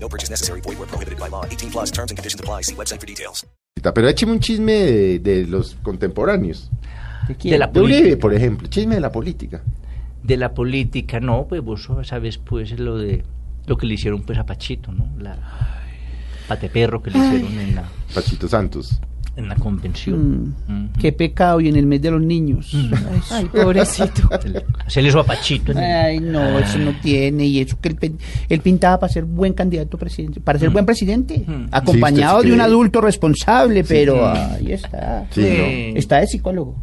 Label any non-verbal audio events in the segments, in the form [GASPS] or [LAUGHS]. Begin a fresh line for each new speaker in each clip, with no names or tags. No purchase necessary. Void where prohibited by law. 18 plus terms and conditions apply. See website for details.
Pero écheme un chisme de, de los contemporáneos.
¿De quién?
De, la Uribe, por ejemplo. Chisme de la política.
De la política, no, pues vos sabes pues lo de lo que le hicieron pues a Pachito, ¿no? La pateperro que le hicieron en la,
Pachito Santos.
en la convención. Ujú.
Mm. Qué pecado, y en el mes de los niños.
Ay, pobrecito.
[LAUGHS] Se le- Se le hizo a Pachito. en el- Ah.
Ay, no, eso no tiene. Y eso que él, pe- él pintaba para ser buen candidato a presidente, para
Mm.
ser buen presidente,
Sí,
acompañado
este, usted sí
de un
cree.
adulto responsable, pero ahí está.
Mm. Sí,
Sí.
Está de psicólogo.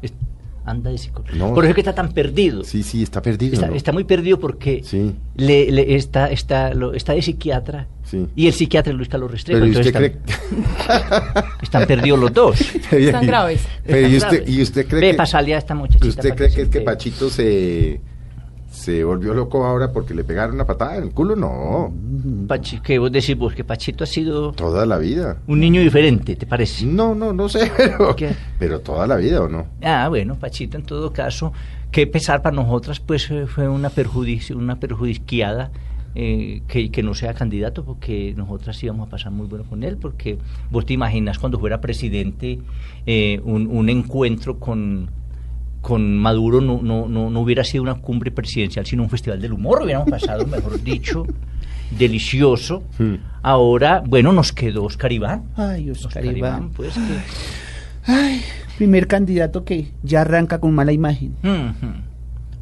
Es- Anda de psicólogo.
No.
Por eso es que está tan perdido.
¿no? Sí, sí, está perdido.
Está,
¿no?
está muy perdido porque
Sí.
le, le- está, está, lo- está de psiquiatra
Sí.
y el psiquiatra es Luis Carlos Restrepo.
Pero ¿y
entonces
usted cree...
están, [LAUGHS] están perdidos los dos.
[LAUGHS]
Están graves.
Pero ¿y
Están
usted,
graves.
y usted cree
Ve,
que...
pasale a esta muchachita.
¿Usted
para
cree que este
se
es que
entere.
Pachito se, se volvió loco ahora porque le pegaron una patada en el culo? No,
Pachi- que vos decís vos que Pachito ha sido
toda la vida.
un niño diferente, ¿te parece?
No, no, no sé, [LAUGHS] pero,
¿Qué?
pero toda la vida o no.
Ah, bueno, Pachito, en todo caso, qué pesar para nosotras, pues eh, fue una, perjudici una perjudiciada eh, que, que no sea candidato, porque nosotras íbamos a pasar muy bueno con él, porque vos te imaginas cuando fuera presidente eh, un, un encuentro con, con Maduro no, no, no, no hubiera sido una cumbre presidencial, sino un festival del humor, hubiéramos pasado, mejor
[LAUGHS]
dicho, delicioso.
Hmm.
Ahora, bueno, nos quedó Oscar Iván.
Ay, Oscar
Oscar
Iván.
pues que...
Primer candidato que ya arranca con mala imagen. Mm.
Ujú.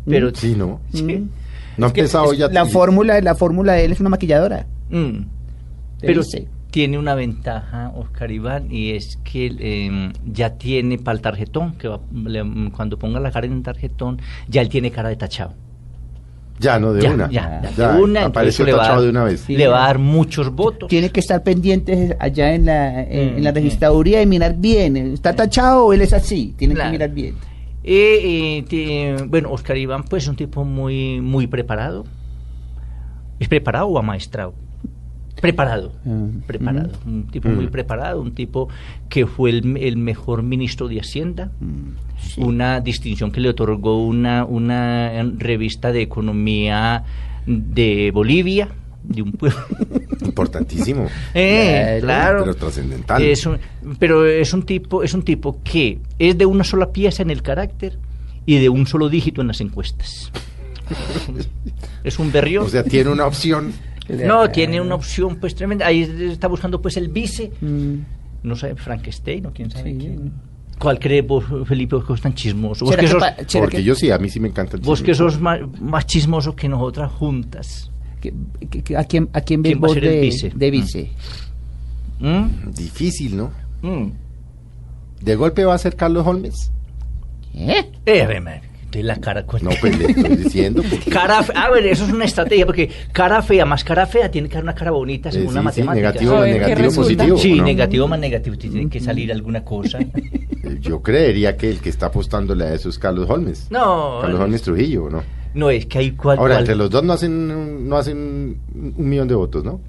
Pero...
Sí, no.
Sí.
No ha
que
empezado ya.
La fórmula, la fórmula de él es una maquilladora.
Mm. Pero
dice.
tiene una ventaja, Oscar Iván, y es que eh, ya tiene para el tarjetón, que va- le- mm, cuando ponga la cara en el tarjetón, ya él tiene cara de tachado.
Ya, no, de
ya,
una. Ah,
Ya, ya,
Ya,
de una.
Apareció
entonces le va a
tachado
dar-
de una vez.
Le va a dar muchos votos.
Tiene que estar pendientes allá en la, en,
Mm,
en la
mm.
registraduría y mirar bien. eh, ¿Está tachado o él es así? Tienen
Claro.
que mirar bien.
Eh, eh, te- bueno, Oscar Iván, pues es un tipo muy, muy preparado. ¿Es preparado o amaestrado? Preparado.
Mm.
Preparado. Un tipo muy
Mm.
preparado, un tipo que fue el, el mejor ministro de Hacienda.
Mm.
Una distinción que le otorgó una, una eh, revista de economía de Bolivia, de un
[LAUGHS]
pueblo.
Importantísimo.
[LAUGHS] Eh,
Claro.
claro.
Pero trascendental.
Es un- pero es un tipo, es un tipo que es de una sola pieza en el carácter y de un solo dígito en las encuestas. es un berrión.
O sea, tiene una
[LAUGHS]
opción.
Mm.
no, tiene una opción pues tremenda. Ahí está buscando pues el vice.
Mm.
No sabe Frankenstein o quién sabe
Sí.
quién. ¿Cuál crees vos, Felipe, vos que sos tan chismoso? Vos
¿Será
que
que
sos,
pa- será
Porque
que-
yo sí, a mí sí me encanta el
vos que
chisme.
sos ma- más, chismoso que nosotras juntas.
que- que- que- ¿A quién, a quién ves
¿Quién va a
vos
ser el
de
vice?
de vice?
¿Mm?
Difícil, ¿no?
¿Mm?
¿De golpe va a ser Carlos Holmes?
¿Eh?
Eh, a ver, man, de la cara con-
No, pues le estoy diciendo. porque-
[LAUGHS] Cara fe- a ver, eso es una estrategia, porque cara fea más cara fea tiene que dar una cara bonita según
Eh,
la
sí, sí,
matemática.
negativo,
A ver, ¿qué
negativo,
resulta?
positivo. ¿o
Sí,
no?
negativo más negativo, tiene que salir
[LAUGHS]
alguna cosa.
Eh, Yo creería que el que está apostándole a eso es Carlos Holmes.
No,
Carlos Holmes Trujillo, ¿o ¿no?
no es que hay cual.
Ahora,
cual-
entre los dos no hacen, un- no hacen un un millón de votos, ¿no?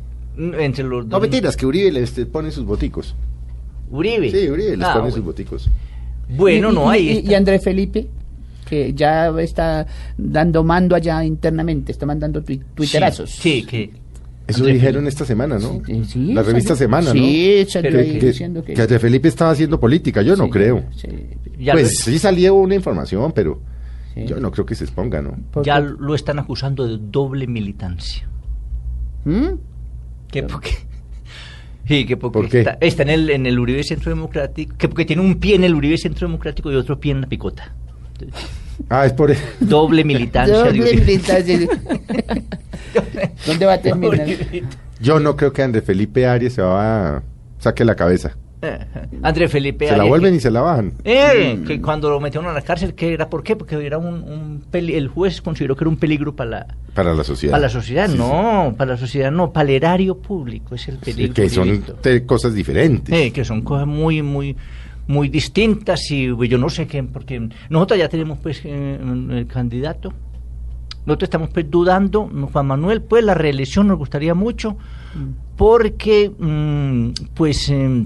entre los
No,
dos.
mentiras, que Uribe les te pone sus boticos.
Uribe.
Sí, Uribe les
Ah,
pone
bueno.
sus boticos.
Bueno,
Y-
no
y-
hay.
Y, y Andrés Felipe, que ya está dando mando allá internamente, está mandando tui- tuiterazos.
Sí, que.
Eso
André
dijeron esta semana, ¿no?
Eh, sí,
La revista
salió-
Semana, ¿no?
Sí, salió
Pero
ahí
Que,
diciendo que...
que André Felipe estaba haciendo política, yo no
sí,
creo.
sí,
Ya,
pues sí salió una información, pero
sí.
yo no creo que se exponga, ¿no?
lo,
Porque-
ya lo están acusando de doble militancia.
¿Mm?
¿Qué por qué? [LAUGHS] Sí, que porque
¿Por qué?
Está, está en, el, en el Uribe Centro Democrático, que porque tiene un pie en el Uribe Centro Democrático y otro pie en la picota.
Ah, es [LAUGHS] por...
Doble militancia. de
Doble
Uribe. [LAUGHS]
militancia. ¿Dónde va a terminar?
Yo no creo que André Felipe Arias se va a... saque la cabeza.
Andrés Felipe.
Se la
Arias,
vuelven
que-
y se Mm. la bajan.
eh, que cuando lo metieron a la cárcel, que era por qué? Porque era un, un peli- el juez consideró que era un peligro para la,
Para la sociedad.
para la sociedad,
Sí,
no, para la sociedad no, para el erario público es el
sí.
peligro.
Que son
directo.
te- cosas diferentes.
Eh, que son cosas muy, muy, muy distintas y pues, yo no sé qué, porque nosotros ya tenemos pues eh, el candidato. Nosotros estamos pues, dudando, Juan Manuel, pues la reelección nos gustaría mucho, porque mm, pues eh,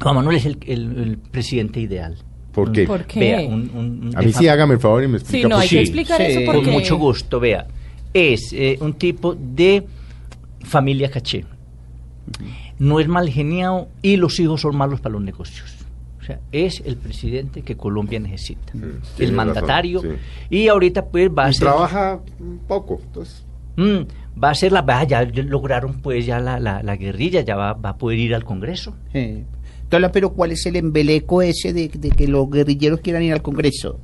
Juan Manuel es el, el- el presidente ideal.
¿Por qué?
¿Por qué?
Vea, un- un- un-
A mí sí hágame el favor y me explica.
Sí, no,
por
hay
qué.
que explicar
sí.
eso
Con
porque...
Pues Con mucho gusto, vea. Es eh, un tipo de familia caché. No es mal geniado y los hijos son malos para los negocios. O sea, es el presidente que Colombia necesita. el
Mm, tiene
mandatario.
razón,
Y ahorita pues va a
Y
ser...
Trabaja un poco. Entonces,
Mm, va a ser la... vea, Ya lograron pues ya la, la- la guerrilla, ya va, va a poder ir al Congreso.
Eh, Tola, pero ¿cuál es el embeleco ese de, de que los guerrilleros quieran ir al Congreso?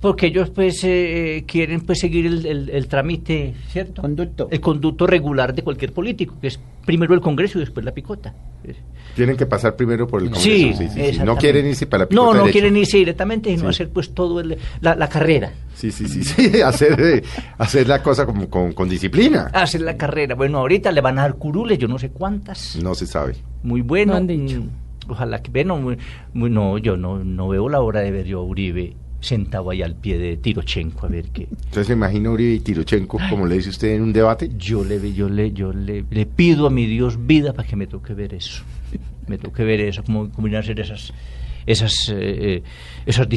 Porque ellos pues eh, quieren pues seguir el, el- el trámite, ¿cierto?
Conducto.
El conducto regular de cualquier político, que es primero el Congreso y después la picota.
tienen que pasar primero por el Congreso.
Sí,
sí, sí.
exactamente.
No quieren irse para la
No,
picota
no
derecho.
quieren irse directamente, sino
Sí.
hacer pues todo el- la, la carrera.
Sí, sí, sí. sí. [LAUGHS] hacer, eh, hacer la cosa como con, con disciplina.
[LAUGHS] Hacer la carrera. Bueno, ahorita le van a dar curules, yo no sé cuántas.
No se sabe.
Muy bueno.
No han dicho.
Mm, Ojalá que, bueno, muy- muy- no, yo no, no veo la hora de ver yo a Uribe sentado ahí al pie de Tirochenko a ver qué.
Entonces me imagino a Uribe y Tirochenko, como le dice usted en un debate.
Yo le, yo le, yo le, le pido a mi Dios vida para que me toque ver eso. Me toque ver eso, como combinar hacer esas, esas, eh, eh, esas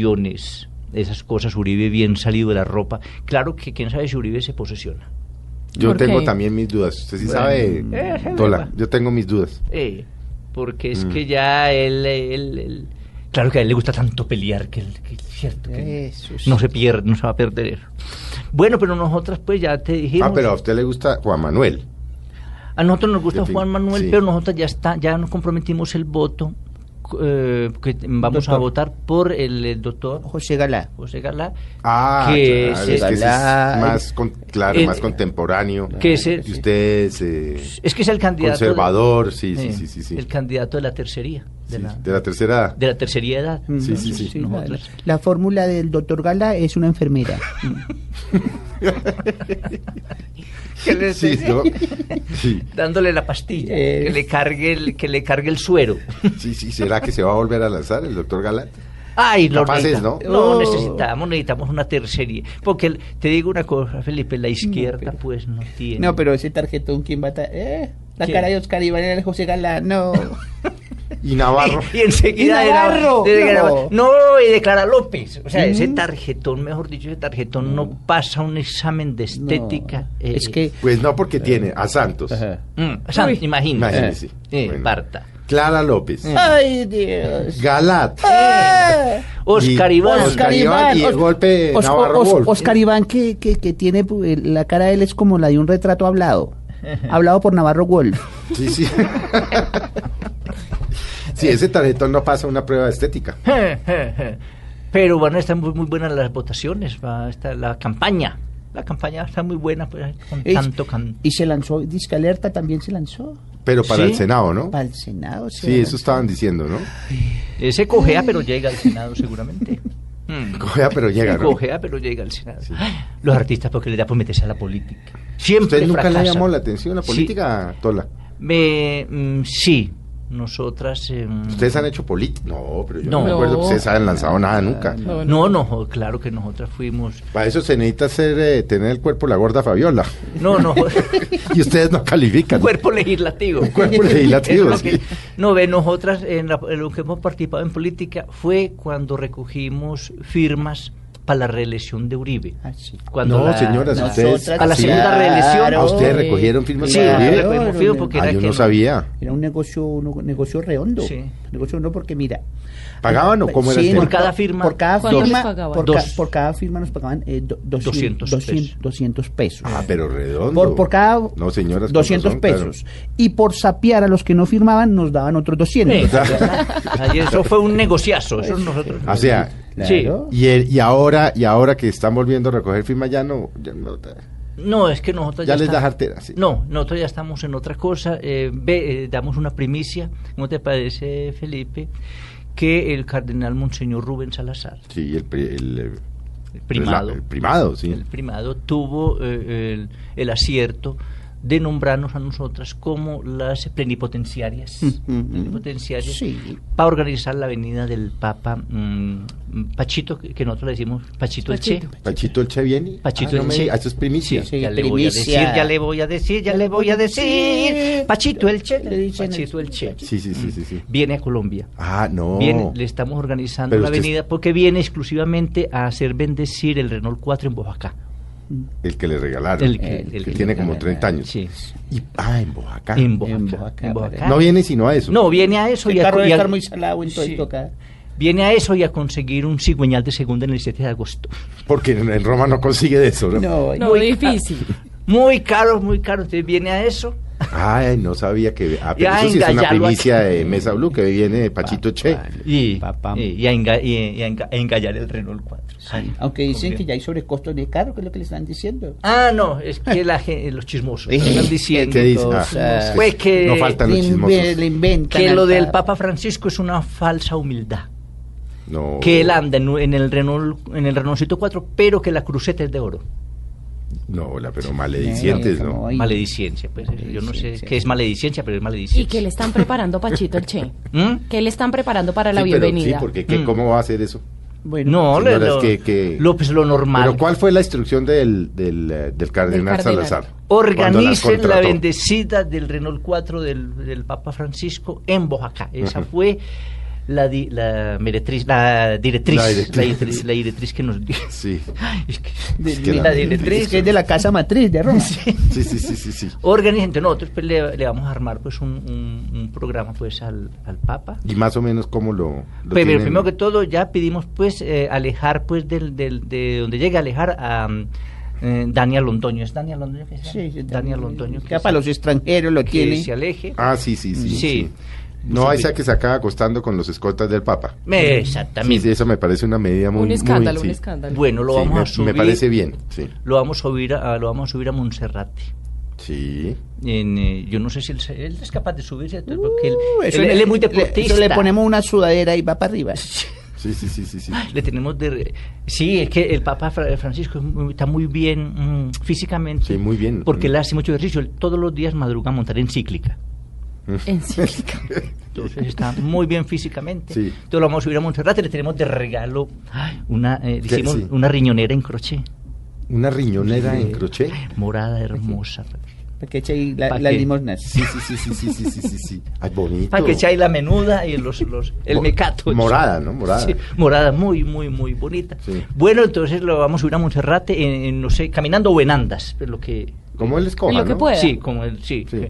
discusiones, esas cosas. Uribe bien salido de la ropa. Claro que quién sabe si Uribe se posesiona.
Yo
¿Por
tengo
qué?
también mis dudas. Usted sí
Bueno. Eh,
sabe,
se
Tola.
le va.
Yo tengo mis dudas.
Eh, porque es
Mm.
que ya él, él- él- Claro que a él le gusta tanto pelear que, él- que es cierto que
Eso
no se pierde, no se va a perder eso. Bueno, pero nosotras pues ya te dijimos...
Ah, pero a usted le gusta Juan Manuel.
A nosotros nos gusta
Defin-
Juan Manuel,
sí.
pero nosotros ya está, ya nos comprometimos el voto, eh, que vamos a
Doctor.
votar por el, eh, doctor
José Galá.
José Galá,
Ah,
Que
claro,
se-
es que ese es
la-
más, con- claro,
Eh,
más contemporáneo.
que ese-
Y usted es eh,
es que es el candidato de-
conservador, sí, sí,
eh,
sí, sí, sí.
el candidato de la tercería, de,
Sí, Mm.
la,
de la tercera edad.
de la tercería edad.
[LAUGHS]
Sí, sí, sí.
la,
Nosotros-
la fórmula del doctor Gala es una enfermera.
[LAUGHS]
Sí, ¿no? sí,
dándole la pastilla,
Eh.
que le cargue el, que le cargue el suero.
sí, sí, ¿será que se va a volver a lanzar el doctor Galán?
Ay, lo
Capaces,
necesitamos.
¿no?
Oh.
necesitamos, necesitamos una tercería. Porque el- te digo una cosa, Felipe, la izquierda
pero-
pues no tiene.
[LAUGHS] no, pero ese tarjetón, ¿quién va a ta- eh, La
¿Quién?
cara de Oscar Iván era el José Galá, [LAUGHS] no.
Y Navarro.
Y, enseguida
Y
de Nav-
Navarro,
de- de
claro.
Navarro. No, y de Clara López. O sea,
Mm.
ese tarjetón, mejor dicho, ese tarjetón no, pasa un examen de estética.
No,
eh,
es que.
Pues no, porque tiene a Santos.
Ajá.
Mm, o sea,
Uy.
imagínate.
Imagínese.
Eh,
Bueno.
Parta.
Clara López.
Ay, Dios.
Galat.
Ah.
Oscar
Y-
Iván.
Oscar Iván y el
Os-
golpe de
Os-
Navarro
Os-
Wolf.
Oscar Iván que, que, que tiene eh, la cara de él es como la de un retrato hablado. hablado por Navarro Wolf.
[LAUGHS] Sí, sí. sí, ese tarjetón no pasa una prueba estética.
Pero van a estar muy, muy buenas las votaciones, va a estar la campaña. La campaña está muy buena, pues, con
Es-
tanto can-
Y se lanzó, Disque Alerta también se lanzó.
Pero para
Sí.
el Senado, ¿no?
Para el Senado. se
Sí, eso
lanzó.
estaban diciendo, ¿no?
Ese cojea, pero llega al Senado seguramente. Mm.
Cojea, pero llega, ¿no?
Cojea, pero llega al Senado. Los artistas, porque le da por meterse a la política. Siempre
¿Usted nunca le
fracasan.
llamó la atención la
Sí.
política, Tola?
Me, mm, sí, nosotras. eh,
¿Ustedes han hecho política? No, pero yo
No.
no, me acuerdo que
No.
ustedes han lanzado nada nunca.
No, no.
No, no, claro que nosotras fuimos.
Para eso se necesita ser, eh, tener el cuerpo la gorda Fabiola. [LAUGHS]
No, [LAUGHS] no,
Y ustedes no califican.
cuerpo legislativo.
[LAUGHS] Cuerpo legislativo,
[LAUGHS] Es lo que-
sí.
No, ve, nosotras en, la- en lo que hemos participado en política fue cuando recogimos firmas para la reelección de Uribe.
Ah, sí.
Cuando
no,
la-
señoras,
[LAUGHS] la-
ustedes...
nosotras- A la
segunda reelección.
¿A ustedes
Claro.
recogieron firmas
Sí,
para Uribe?
claro,
recogimos firmas porque
Ah,
era
yo
que
no
no-
sabía.
Era un negocio, un negocio redondo.
Sí.
Negocio redondo porque mira. pues,
¿Pagaban o cómo era
Sí,
el
no,
Pues Por
tema?
cada firma.
Por cada
¿Cuánto
firma,
les pagaban?
por,
Dos.
ca- por cada firma nos pagaban eh, do-
200
200,
pesos.
200, 200 pesos.
Ah, pero redondo.
por, por cada
No, señoras. con
200
razón, claro.
pesos. Y por sapear a los que no firmaban nos daban otros 200.
Sí, ayer eso fue un negociazo. Eso nosotros.
O sea,
Claro.
Sí.
y, el- y ahora y ahora que están volviendo a recoger firmas, ya no... ya no-
No, es que nosotros
Ya les da
estamos-
jartera, sí.
No, nosotros ya estamos en otra cosa. eh, ve, eh, damos una primicia, ¿cómo te parece, Felipe? Que el cardenal Monseñor Rubén Salazar,
Sí, el, pri- el, eh,
el primado,
el primado, sí.
el primado tuvo eh, el, el acierto de nombrarnos a nosotras como las plenipotenciarias,
Mm, mm,
plenipotenciarias
sí.
para organizar la venida del Papa mm, mm, Pachito, que que nosotros le decimos Pachito, el Che.
Pachito.
Pachito el Che viene.
Pachito
Ah, no
el
me
Che.
diga, Eso es primicia.
Sí, sí.
ya le voy a decir,
primicia.
ya le voy a decir, ya le voy a decir. Pachito el Che,
Le dicen el-
Pachito el Che.
Sí, sí, sí, sí, sí.
Viene a Colombia.
Ah, no.
Viene, le estamos organizando
Pero
la
usted es-
venida porque viene exclusivamente a hacer bendecir el Renault 4 en Oaxaca.
El que le regalaron.
El que-
que,
el que
tiene
le
como
regalaron.
30 años.
Sí.
Y, ah, en Oaxaca.
En Oaxaca.
En Oaxaca,
en Oaxaca.
No viene sino a eso.
No, viene a eso
El
y a,
carro debe
y a-
estar muy salado en todo
Sí.
esto acá.
viene a eso y a conseguir un cigüeñal de segunda en el 7 de agosto.
Porque en, en Roma no consigue de eso. ¿no?
No,
No,
muy-
difícil.
[LAUGHS] Muy caro, muy caro. Entonces viene a eso.
Ay, no sabía que. Ah, pero
Ya
eso sí es una
engallarlo
primicia
aquí.
de Mesa Blue que viene
Ah,
Pachito Che.
Y,
Papá.
y, y a, enga- y- y a enga- a engallar el Renault 4. Ay,
Aunque dicen
hombre.
que ya hay sobrecostos de carro, que es lo que le están diciendo.
Ah, no, es que la gen- los chismosos están diciendo
¿Qué dice? Ah,
Cosa.
Pues que-
no faltan los
Le inve-
chismosos.
le inventan
que
al
lo del
Papa.
Papa Francisco es una falsa humildad.
No.
Que él anda en, en el Renault, en el Renaultcito 4, pero que la cruceta es de oro.
No, la, pero maledicientes,
Sí,
¿no?
como- Ay.
Malediciencia, pues. eh, Yo no sé
Malediciencia.
qué es malediciencia, pero es malediciencia.
¿Y qué le están preparando a Pachito el Che?
¿Mm?
¿Qué le están preparando para la
Sí, pero sí,
bienvenida?
porque ¿qué-
Mm.
¿cómo va a hacer eso?
Bueno,
No,
Señora,
lo,
es que- que-
lo- pues, lo normal.
Pero ¿cuál fue la instrucción del, del, eh, del cardenal
cardenal.
Salazar? Cuando las
Organicen la
contrató.
bendecida del Renault 4 del, del Papa Francisco en Oaxaca. Esa
Ujú.
fue la, di- la, meretriz- la directriz,
La
la
directriz.
directriz, la directriz que nos dio. [LAUGHS]
Sí,
Ay, es que-
de-
Es que
de-
la-
es que es de la casa matriz
[LAUGHS]
de Roma.
sí, sí, sí, sí. sí.
Organicen, entonces nosotros pues, le, le vamos a armar pues un, un- un programa pues al, al Papa.
Y más o menos cómo lo, lo
Pero
tienen?
primero que todo ya pedimos pues eh, alejar pues del, del- de donde llega alejar a mm, eh, Daniel Londoño. ¿Es Daniel Londoño? que se llama?
Sí,
Daniel Londoño.
Que para los extranjeros lo
que se
tiene.
aleje.
Ah, sí, sí, sí.
Sí.
sí. No, esa que se acaba acostando con los escoltas del Papa.
Eh,
Sí,
Exactamente.
sí, eso me parece una medida muy...
un escándalo,
muy- sí.
un escándalo.
Bueno, lo
Sí,
vamos
me,
a subir.
me parece bien, sí.
Lo vamos a subir a, lo vamos a subir a Monserrate.
Sí.
En, eh, yo no sé si él, se- él es capaz de subirse porque él,
Uh, eso
él-
le-
él es muy
le-
deportista.
eso Le, ponemos una sudadera y va para
[LAUGHS]
arriba.
Sí, sí, sí, sí, sí.
Le tenemos de re- sí, es que el Papa Fra- Francisco es muy- está muy bien mm, físicamente.
Sí, muy bien. Mm.
Porque él hace mucho ejercicio. Él todos los días madruga a montar en cíclica.
Mm.
[LAUGHS] Encíclica.
Entonces está muy bien físicamente.
Sí.
Entonces lo vamos a subir a Monserrate. Le tenemos de regalo ay, una, eh,
¿Qué?
hicimos
Sí.
una riñonera en crochet.
Una riñonera en crochet.
Morada hermosa.
Para que eche ahí la-
¿Pa
las
qué?
limosnas.
Sí, sí, sí, sí, sí, sí, sí, sí, sí. Ay, bonito.
Para que echáis la menuda y los, los, el
Mo-
mecato.
morada, ¿no? Morada.
Sí, morada, muy, muy, muy bonita.
Sí.
Bueno, entonces lo vamos a subir a Monserrate, en, en, no sé, caminando o en andas, pero lo que...
Como él escoja,
Lo que
¿no?
pueda.
Sí, como el... Sí.
Sí.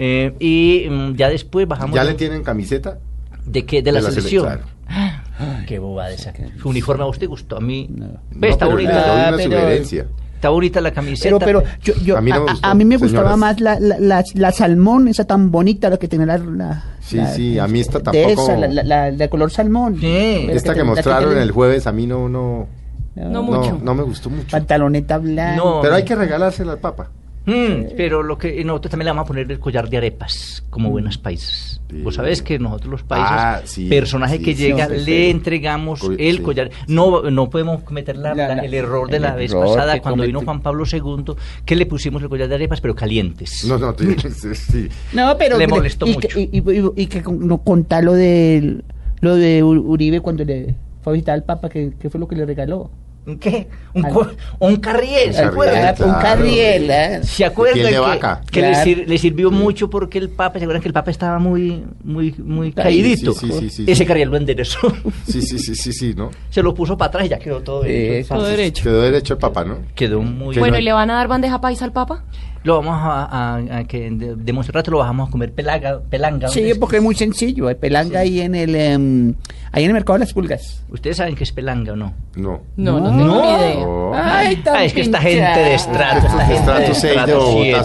Eh, y mm, ya después bajamos...
¿Ya
de-
le tienen camiseta?
¿De qué? De la,
de la
selección.
selección.
Ah, [GASPS] qué bobada esa. Su uniforme a usted gustó, a mí...
No.
No,
Ve, está,
pero le
bonita,
doy
Ah,
una
pero-
sugerencia.
está bonita la camiseta.
Pero, pero yo, yo-
A
a,
mí no me
a-
gustó,
a mí me gustaba
señoras.
más la, la, la- la salmón, esa tan bonita, la que tenía la. la-
Sí,
la-
sí, a mí esta
De
tampoco-
esa, la, la- la de color salmón.
Sí.
Pero
Esta que
te- la
mostraron
tiene-
el jueves a mí no, no,
No
no,
mucho.
no me gustó mucho.
Pantaloneta blanca.
No.
Pero hay que regalársela al Papa. eh.
Mm, pero lo que nosotros también le vamos a poner el collar de arepas, como buenos países.
Mm. Sí.
Vos sabés que nosotros los países,
Ah, sí,
personaje
sí,
que
sí,
llega,
sí,
le
sí.
entregamos
Coll-
el
sí.
collar. No, no podemos cometer la-
La-
la-
la-
el error de
el
la vez
error que
pasada cuando
comete-
vino Juan Pablo II, que le pusimos el collar de arepas, pero calientes.
No, no, [LAUGHS] te- sí, sí.
No, pero
Le molestó
y,
mucho.
Que, y, y- y que con- no contá lo de lo de U- Uribe cuando le fue a visitar al Papa, que, que fue lo que le regaló.
¿Un qué? Un,
Al-
co- un carriel, ¿se
Un
acuerdan?
carriel,
Un carriel, ¿eh?
¿Se acuerdan
Piel de
que,
vaca.
que le,
Claro.
sir- le sirvió mucho porque el Papa, ¿se acuerdan que el Papa estaba muy, muy, muy caídito?
sí, sí, sí, sí.
Ese carriel lo enderezó. [LAUGHS]
Sí, sí, sí, sí, sí, ¿no?
se lo puso para atrás y ya quedó todo
Eh,
derecho.
Todo derecho.
Quedó derecho el Papa, ¿no?
Quedó muy
Que
bueno.
Bueno,
no-
¿y le van a dar bandeja paisa al Papa?
Lo vamos a, a- a que de, de Monserrate lo bajamos a comer pelaga, pelanga.
Sí,
¿dónde es?
porque es muy sencillo. Hay pelanga ahí en el em, ahí en el mercado de las pulgas.
Ustedes saben que es pelanga o no.
No.
No,
No.
no, tengo ni idea.
No.
Ah, es que esta gente de estrato, esta
Estos
gente de
estratos seis de
estrato
Bogotá
siete.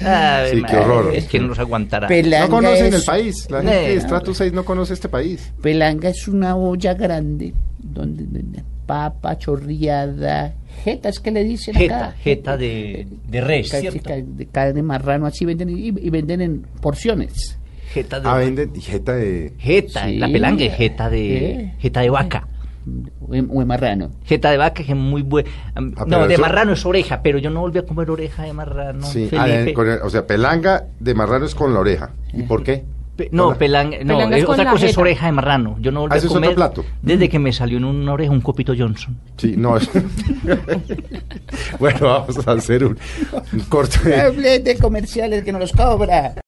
son-
Ave
Sí, qué
madre,
horror.
Es que no nos aguantará.
Pelanga
No conocen
es-
el país. La gente de
Eh,
Estrato 6 no conoce este país.
Pelanga es una olla grande donde papa, chorriada, jeta, es que le dicen
Jeta,
acá.
jeta de, de res,
Ca-
¿cierto?
ca- de carne marrano así venden y, y venden en porciones.
Jeta de
Ah, venden jeta de...
Jeta,
Sí.
la pelangue, jeta de,
¿Eh?
jeta de vaca.
O en, o en marrano.
Jeta de vaca que es muy buena.
Ah, pero
no, de
eso-
marrano es oreja, pero yo no volví a comer oreja de marrano.
Sí, ah,
Felipe.
de- con el- o sea, pelanga de marrano es con la oreja. ¿Y por qué?
Pe- No,
Hola.
pelang- no
Pelanga es
eh,
con
otra
la
cosa es
jeta.
oreja de marrano. Yo no volví
Ah,
a
ese es otro
comer
plato. Mm.
desde que me salió en una oreja un copito Johnson.
Sí, no. es- [LAUGHS] bueno, vamos a hacer un, un corte.
Hablé de comerciales que no los cobra.